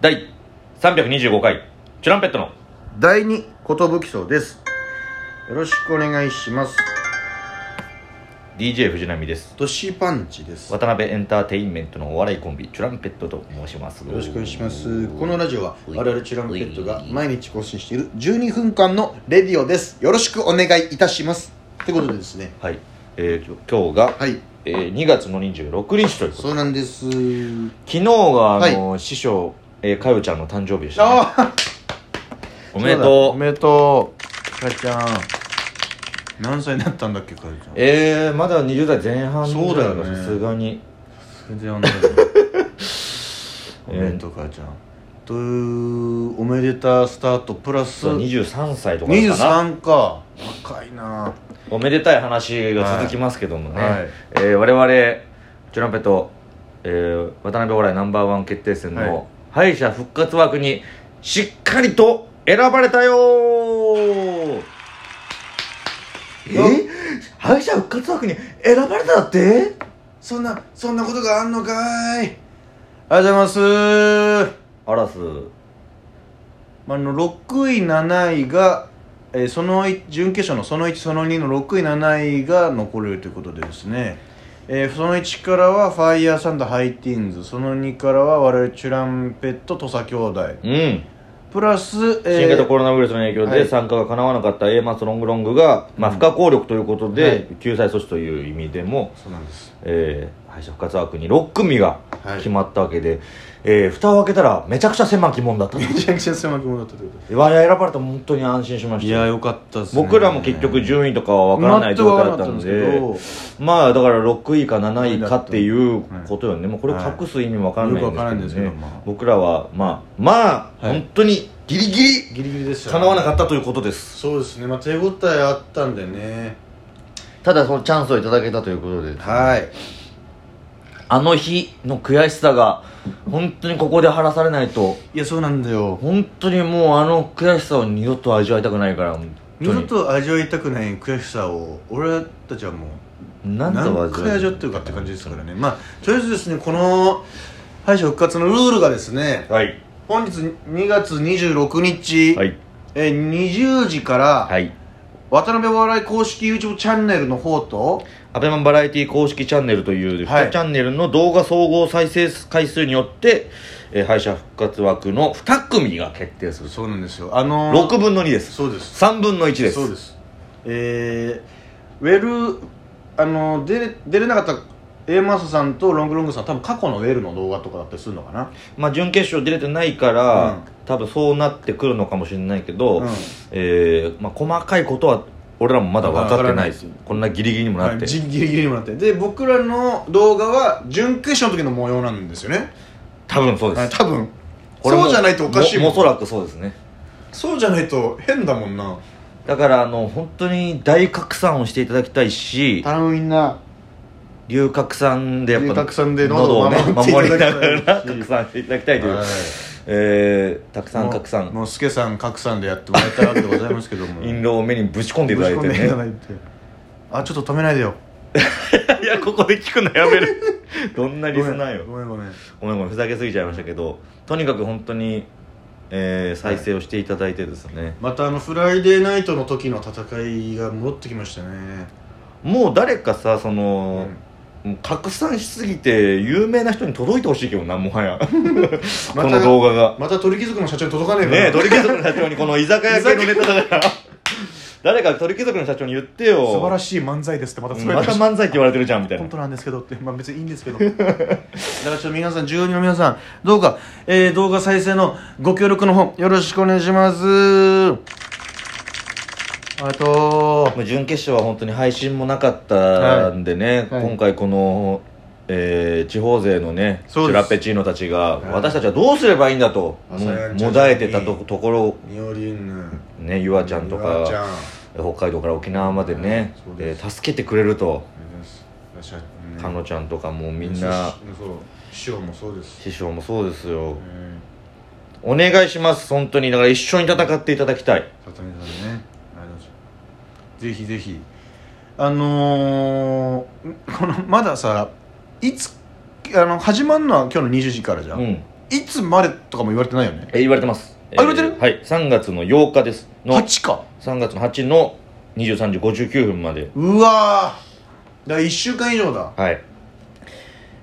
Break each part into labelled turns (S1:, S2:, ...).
S1: 第325回チュランペットの
S2: 第二寿賞ですよろしくお願いします
S1: DJ 藤波です
S2: トシパンチですよ
S1: 渡辺エンターテインメントのお笑いコンビチュランペットと申します
S2: ろしくお願いしますこのラジオは我々チュランペットが毎日更新している12分間のレディオですよろしくお願いいたしますってことでですね
S1: はい、えー、きょ今日が、
S2: はい
S1: えー2月の26日ということ
S2: そうなんです
S1: 昨日があの、師匠、えー、かよちゃんの誕生日でした、ね、
S2: あ
S1: おめでと
S2: お
S1: う
S2: めでとうかえちゃん何歳になったんだっけかえちゃん
S1: えー、まだ20代前半じゃない
S2: そうだよね
S1: さすがに
S2: 全然あんない おめでとうかえちゃんというおめでたスタートプラス
S1: そう23歳とかかな
S2: 23か若いな
S1: おめでたい話が続きますけどもね、
S2: はいはい
S1: えー我々チュランペット、えー渡辺お笑いナンバーワン決定戦の敗者復活枠にしっかりと選ばれたよー
S2: え
S1: 敗者復活枠に選ばれただって
S2: そんなそんなことがあんのかいありがとうございます
S1: あらす
S2: まああの6位7位が、えーそのい準決勝のその1その2の6位7位が残れるということでですね、えーその1からはファイヤーサンダーハイティーンズその2からは我々チュランペット土佐兄弟
S1: うん
S2: プラス、えー
S1: 新型コロナウイルスの影響
S2: は
S1: で
S2: い
S1: 参加が叶わなかった A マスロングロングが、まあ、不可抗力ということで、
S2: はい
S1: 救済措置という意味でも、
S2: そうなんです
S1: えー敗者復活枠に6組が
S2: はい
S1: 決まったわけで、えー蓋を開けたらめちゃくちゃ狭き門だったと
S2: めちゃくちゃ狭きもだったというこ
S1: 我々選ばれたら本当に安心しま
S2: と
S1: し
S2: い
S1: た
S2: や
S1: よ
S2: よかったですね
S1: 僕らも結局順位とかは分からない状態だったんで
S2: 全く分からなかったんです
S1: まあだから6位か7位かっていうことよね、もうこれ
S2: はい
S1: 隠す意味も分からないんですけど,、ね
S2: よく分からんですけどまあ
S1: 僕らはまあまあ、
S2: はい
S1: 本当にギリギリ
S2: けどギリギリでした
S1: 叶わなかったということです
S2: そうですね、まあ、手応えあったんでね
S1: ただそのチャンスをいただけたということで、
S2: はい
S1: あの日の悔しさが本当にここで晴らされないと
S2: いやそうなんだよ
S1: 本当にもうあの悔しさを二度と味わいたくないから本
S2: 二
S1: 当
S2: 度
S1: に
S2: と味わいたくない悔しさを俺たちはもう
S1: 何
S2: 何回味わってるかって感じですからねまあとりあえずですねこの敗者復活のルールがですね
S1: はい
S2: 本日2月26日、
S1: はい
S2: えー20時から、
S1: はい
S2: 渡辺お笑い公式 YouTube チャンネルの方と
S1: アベマバラエティ公式チャンネルという
S2: はい
S1: 2チャンネルの動画総合再生回数によって、えー敗者復活枠の2組が決定する
S2: そうなんですよあのー
S1: 6分の2です
S2: そうです
S1: 3分の1です
S2: そうですえー、ウェルあの出れ出れなかった A マスさんとロングロングさん多分過去のウェルの動画とかだったりするのかな
S1: まあ、準決勝出れてないから、
S2: うん
S1: 多分そうなってくるのかもしれないけど、
S2: うん
S1: えーまあ、細かいことは俺らもまだ分かってないです
S2: まだ分からないです
S1: こんなギリギリにもなって、
S2: はいじギリギリにもなってで僕らの動画は準決勝の時の模様なんですよね、
S1: 多分そうです、
S2: はい、多分
S1: これも
S2: そうじゃないとおかしいも
S1: も
S2: ん
S1: もおそらくそうですね
S2: そうじゃないと変だもんな
S1: だからあの本当に大拡散をしていただきたいし
S2: 頼むみんな
S1: 龍角散でやっぱ
S2: 龍角散で喉を
S1: をね
S2: 守
S1: 守
S2: ってい
S1: りな
S2: た
S1: が
S2: だきたいし
S1: ら拡散していただきたいという、
S2: はい
S1: えーたくさん拡散
S2: もうすけさん拡散でやってもらえたらでございますけど も
S1: 印籠を目にぶち込んでいた
S2: ぶち
S1: だい
S2: 込
S1: て
S2: んでいただ
S1: ね
S2: いてあちょっと止めないでよ
S1: いやここで聞くのやめ るどんなリスナーよ
S2: ごめんごめん
S1: ごめんごめんふざけすぎちゃいましたけどとにかく本当に、えー再生をしていただいてですね、
S2: またあのフライデーナイトの時の戦いが戻ってきましたね
S1: もう誰かさその、もう拡散しすぎて有名な人に届いてほしいけどなもはやこ
S2: また
S1: の動画が
S2: また鳥貴族の社長に届かねえかな
S1: ねえ鳥貴族の社長にこの居酒屋系のネタだから誰か鳥貴族の社長に言ってよ
S3: 素晴らしい漫才ですってまた
S1: う
S3: そ
S1: ん
S3: れ
S1: また漫才って言われてるじゃんみたいな
S3: 本当なんです けどってまあ別にいいんですけど
S2: だからちょっと皆さん住人の皆さんどうか、えー動画再生のご協力の方よろしくお願いしますありがと
S1: まあ準決勝は本当に配信もなかったんでね、
S2: はいはい
S1: 今回この、えー地方勢のねチ
S2: そう
S1: ュ
S2: です
S1: ラペチーノたちが、
S2: い
S1: 私たちはどうすればいいんだとも
S2: 朝やんちゃん
S1: もだえてたとところ
S2: うみおりんぬ
S1: ねゆあちゃんと
S2: ゆあち
S1: か
S2: ゃん
S1: 北海道から沖縄までね、
S2: そう
S1: え
S2: で
S1: ー助けてくれると、
S2: 社
S1: かのちゃんとかもうみん
S2: そ
S1: な
S2: う師匠もそうです、
S1: 師匠もそうですよ
S2: え、ー、
S1: お願いします本当にだから一緒に戦っていただきたい
S2: 畳さんねありがとうございますぜひぜひあのー、このまださいつあの始まるのは今日の20時からじゃん、
S1: うん
S2: いつまでとかも言われてないよね
S1: え言われてます
S2: あ言われてる
S1: えーはい3月の8日ですの
S2: 8か
S1: 3月の8の23時59分まで
S2: うわーだから1週間以上だ
S1: はい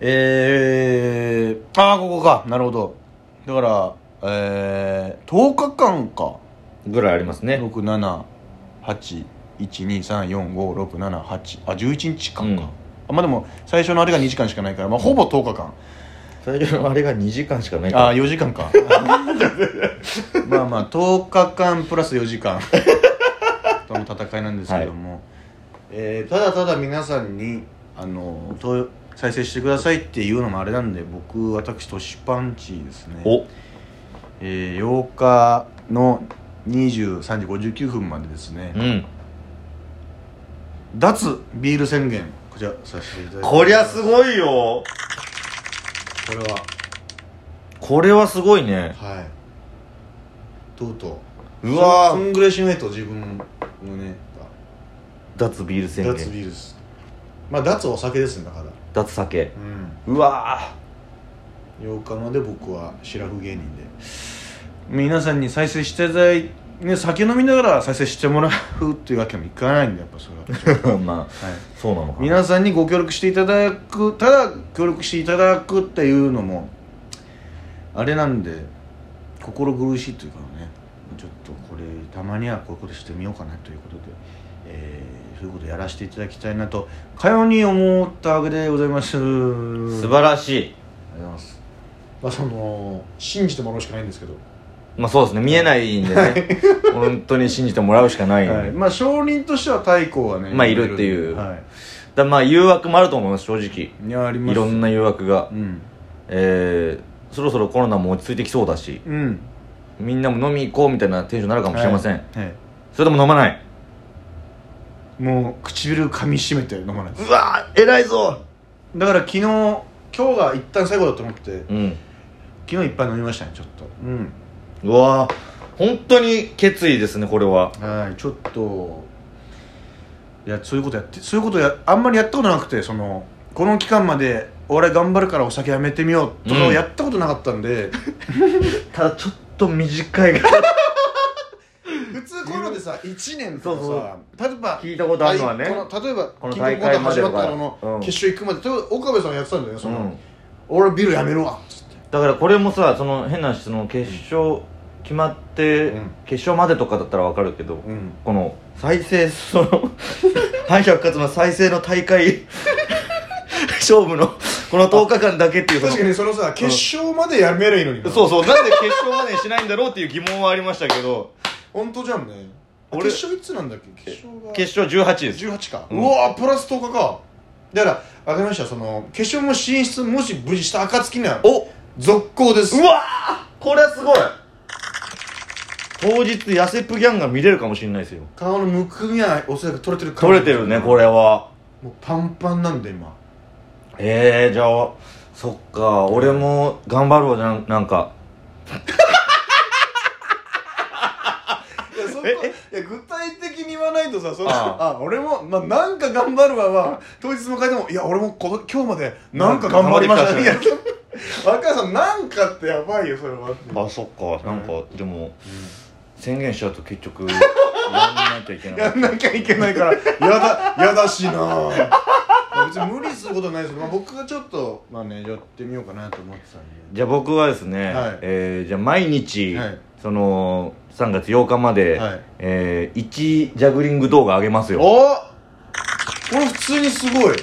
S2: えー、ああここかなるほどだからえー、10日間か
S1: ぐらいありますね
S2: 6781234567あ11日間か、
S1: うん
S2: あまあでも最初のあれが2時間しかないから、まあ、ほぼ10日間
S1: 最初のあれが2時間しかない
S2: あ
S1: か
S2: あ4時間 かまあまあ10日間プラス4時間との戦いなんですけども、えーただただ皆さんにあのと再生してくださいっていうのもあれなんで僕私トシパンチですね
S1: らお
S2: えー、8日の23時59分までですね、
S1: うん
S2: 脱ビール宣言こちらさせていただいて
S1: こりゃすごいよ
S2: これは
S1: これはすごいね
S2: はいとうとう
S1: うわー
S2: そそんぐらいしないと自分のね
S1: 脱ビール宣
S2: 脱
S1: 言
S2: ビールですまあ脱お酒ですねだから
S1: 脱酒
S2: うん
S1: うわ
S2: 8日まで僕は白フ芸人で皆さんに再生していただいね酒飲みながら再生してもらうっていうわけにもいかないんでやっぱそれは、
S1: ー まあ
S2: はい
S1: そうなのかな
S2: 皆さんにご協力していただくただ協力していただくっていうのもあれなんで心苦しいというかねちょっとこれたまにはこういうことしてみようかなということで、えーそういうことやらせていただきたいなとかように思ったわけでございます
S1: 素
S2: 素
S1: 晴らしい
S2: ありがとうございますまあその信じてもらうしかないんですけど、
S1: まあそうですね見えないんでね本当に信じてもらうしかないんで、
S2: はい、まあ証人としては太閤はね
S1: まあいるっていう
S2: は
S1: だまあ誘惑もあると思います正直
S2: い、いやあります
S1: いろんな誘惑が
S2: うん
S1: えーそろそろコロナも落ち着いてきそうだし
S2: うん
S1: みんなも飲み行こうみたいなテンションになるかもしれません、
S2: はいはい
S1: それでも飲まない
S2: もう唇噛みしめて飲まないです
S1: うわー偉いぞ
S2: だから昨日今日が一旦最後だと思って
S1: うん
S2: 昨日いっぱい飲みましたねちょっとうん
S1: うわー本当に決意ですねこれは
S2: はいちょっといやそういうことやってそういうことやあんまりやったことなくてそのこの期間まで俺頑張るからお酒やめてみようとか
S1: う
S2: を
S1: ん
S2: やったことなかったんで、
S1: ただちょっと短いが
S2: 普通こういうのでさ1年
S1: そう
S2: とか
S1: そう
S2: さ例えば
S1: 聞いたことあるのはね
S2: この例えば
S1: この
S2: キングオ
S1: 大
S2: ブコン
S1: 会
S2: ト
S1: まで
S2: 始
S1: と
S2: ま
S1: か
S2: ったからの
S1: うん
S2: 決勝行くまで例えば岡部さんがやってたんだよねその、
S1: うん
S2: 俺ビールやめるわっつって
S1: だからこれもさその変なその決勝決まって、
S2: うん
S1: 決勝までとかだったらわかるけど、
S2: うん
S1: この再生そ の敗者復活の再生の大会勝負のこの10日間だけっていうその
S2: 確かにそのさ決勝までやめりゃいいのにな
S1: そうそうなんで決勝までにしないんだろうっていう疑問はありましたけど
S2: 本当じゃんねあ
S1: 俺
S2: 決勝いつなんだっけ決勝が
S1: 決勝18です
S2: 18か、う
S1: うん
S2: わープラス10日かだから分かりましたその決勝も進出もし無事した暁には
S1: お
S2: 続行です
S1: うわーこれはすごい当日痩せプギャンが見れるかもしれないですよ
S2: 顔のむくみはおそらく取れてるかも
S1: 取れてるねこれは
S2: もうパンパンなんで今
S1: ええー、じゃあそっか俺も頑張ろうじゃんなんか
S2: いやそこ
S1: え
S2: いや具体的に言わないとさその
S1: あ
S2: あ俺も、まあ、なんか頑張るわは当日迎えてもいや俺もこの今日までなんか頑張りましたねい
S1: な
S2: や
S1: ん
S2: 若さんなんかってやばいよそれは
S1: あそっかなんか、でも宣言しちゃうと結局 やんなきゃいけな
S2: や
S1: い
S2: んなきゃいけないからやだやだしなぁ別に無理することないですまあ、僕がちょっとまあねやってみようかなと思ってたんで
S1: じゃあ僕はですね、
S2: はい
S1: えーじゃあ毎日、
S2: はい
S1: その3月8日まで、
S2: はい
S1: えー、1ジャグリング動画上げますよ
S2: おこれ普通にすごい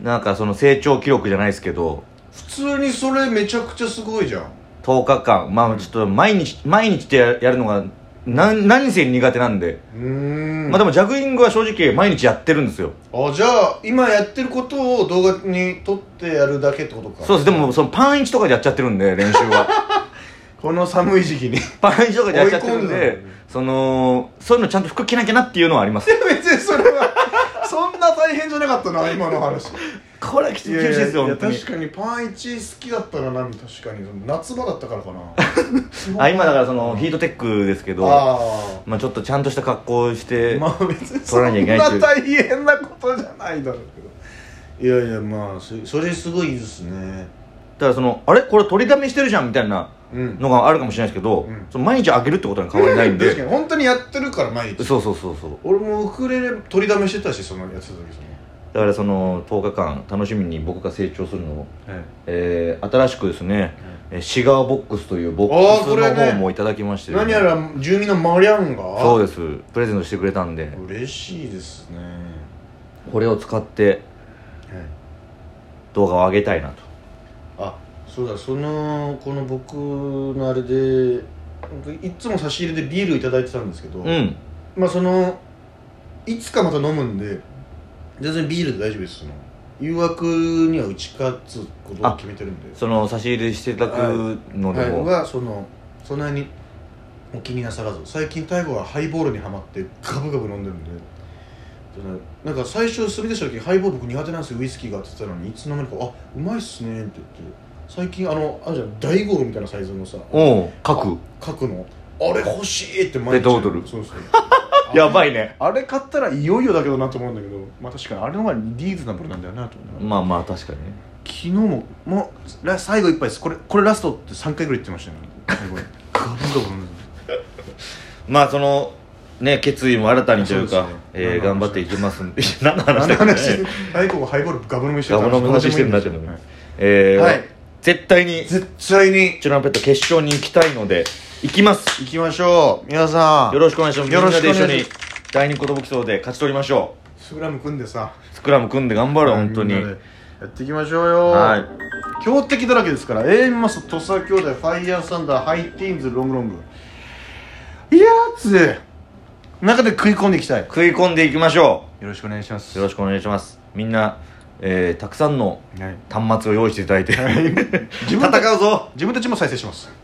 S1: なんかその成長記録じゃないですけど
S2: 普通にそれめちゃくちゃすごいじゃん
S1: 10日間まあちょっと毎日毎日ってややるのがな何せ苦手なんで、
S2: うーん
S1: まあでもジャグリングは正直毎日やってるんですよ
S2: あじゃあ今やってることを動画に撮ってやるだけってことか
S1: そうですでもそのパン1とかでやっちゃってるんで練習 は
S2: この寒い時期に
S1: パン1とかでやっちゃってるん
S2: 追い込
S1: で
S2: んだの
S1: そのそういうのちゃんと服着なきゃなっていうのはあり ます
S2: 別にそれはそんな大変じゃなかったな今の話
S1: これはきつい厳しいですよ
S2: いや
S1: 本当に
S2: 確かにパン一好きだったな何確かに夏場だったからか な
S1: あ今だからそのヒートテックですけど
S2: あ
S1: まあちょっとちゃんとした格好をして、
S2: あまあ別にそ
S1: 取
S2: ん
S1: ら
S2: な
S1: なきゃいけないっていう
S2: 大変なことじゃないだろうけどいやいやまあそそれすごいですね
S1: だからそのあれこれ取りだめしてるじゃんみたいな
S2: うん
S1: のがあるかもしれないですけど、
S2: うん
S1: その毎日あげるってことに変わりないん
S2: 確か
S1: で
S2: に本当にやってるから毎日
S1: そうそうそうそう
S2: 俺もウクレレ取りだめしてたしそのやつだけその
S1: だからその10日間楽しみに僕が成長するのを、
S2: はい
S1: えー新しくですね、えーシガーボックスというボッ
S2: あ
S1: ク
S2: ー
S1: ス
S2: これ
S1: の方
S2: ね
S1: もいただきまして、
S2: 何やら住民のマリャンが
S1: そう
S2: う
S1: ですプレゼントしてくれたんで
S2: 嬉しいですね
S1: これを使って
S2: はい
S1: 動画を上げたいなと
S2: あそうだそのこの僕のあれでいつも差し入れでビールいただいてたんですけど、
S1: うん
S2: まあそのいつかまた飲むんで全然ビールで大丈夫ですその誘惑には打ち勝つことを決めてるんで
S1: その差し入れしていただくので
S2: はい
S1: も、
S2: はそのそんなにお気になさらず最近大悟はハイボールにはまってガブガブ飲んでるんでそのなんか最初住み出した時ハイボール僕苦手なんですよウイスキーがって言ってたのにいつの間にか「あうまいっすね」って言って最近あのあるじゃん大五郎みたいなサイズのさ
S1: うん書く
S2: 書くのあれ欲しいって
S1: ペットボトル
S2: そうそう
S1: やばいね
S3: あれ買ったらいよいよだけどなと思うんだけどまあ確かにあれの方がリーズナブルなんだよなと思う、
S1: まあまあ確かにね
S3: 昨日ももうラ最後一杯ですこれこれラストって3回ぐらい言ってましたよね最後にガブガブ飲んで
S1: まあそのね決意も新たにという
S3: そう
S1: か
S3: ですね
S1: えー
S3: 何
S1: 頑
S3: の話
S1: 張っていきますんで 何の
S3: た
S1: 話だっけ、
S3: 話
S1: ね、
S3: 大悟がハイボールガブ飲みして
S1: ガムの話してるなって
S3: ど
S1: のえー
S2: はい
S1: 絶対に
S2: 絶対に
S1: チュランペット決勝に行きたいので行きます
S2: 行きましょう皆さん
S1: よろしくお願いしますみん
S2: よ
S1: な
S2: ろしく
S1: で
S2: お
S1: 一緒
S2: 願い
S1: に
S2: しま
S1: 第二言武器層で勝ち取りましょ
S3: スクラム組んでさ
S1: うスクラム組んで頑張ろう本当に
S3: みんなでやっていきましょうよ
S1: はい
S3: 強敵だらけですからエイマス土佐兄弟ファイヤーサンダーハイティーンズロングロングいやーつ中で食い込んでいきたいよ
S1: 食い込んでいきましょ
S3: ろしくお願いします
S1: うよろしくお願いしますみんな、えーたくさんの
S3: はい
S1: 端末を用意していただいて
S3: 自分た
S1: 戦うぞ
S3: 自分たちも再生します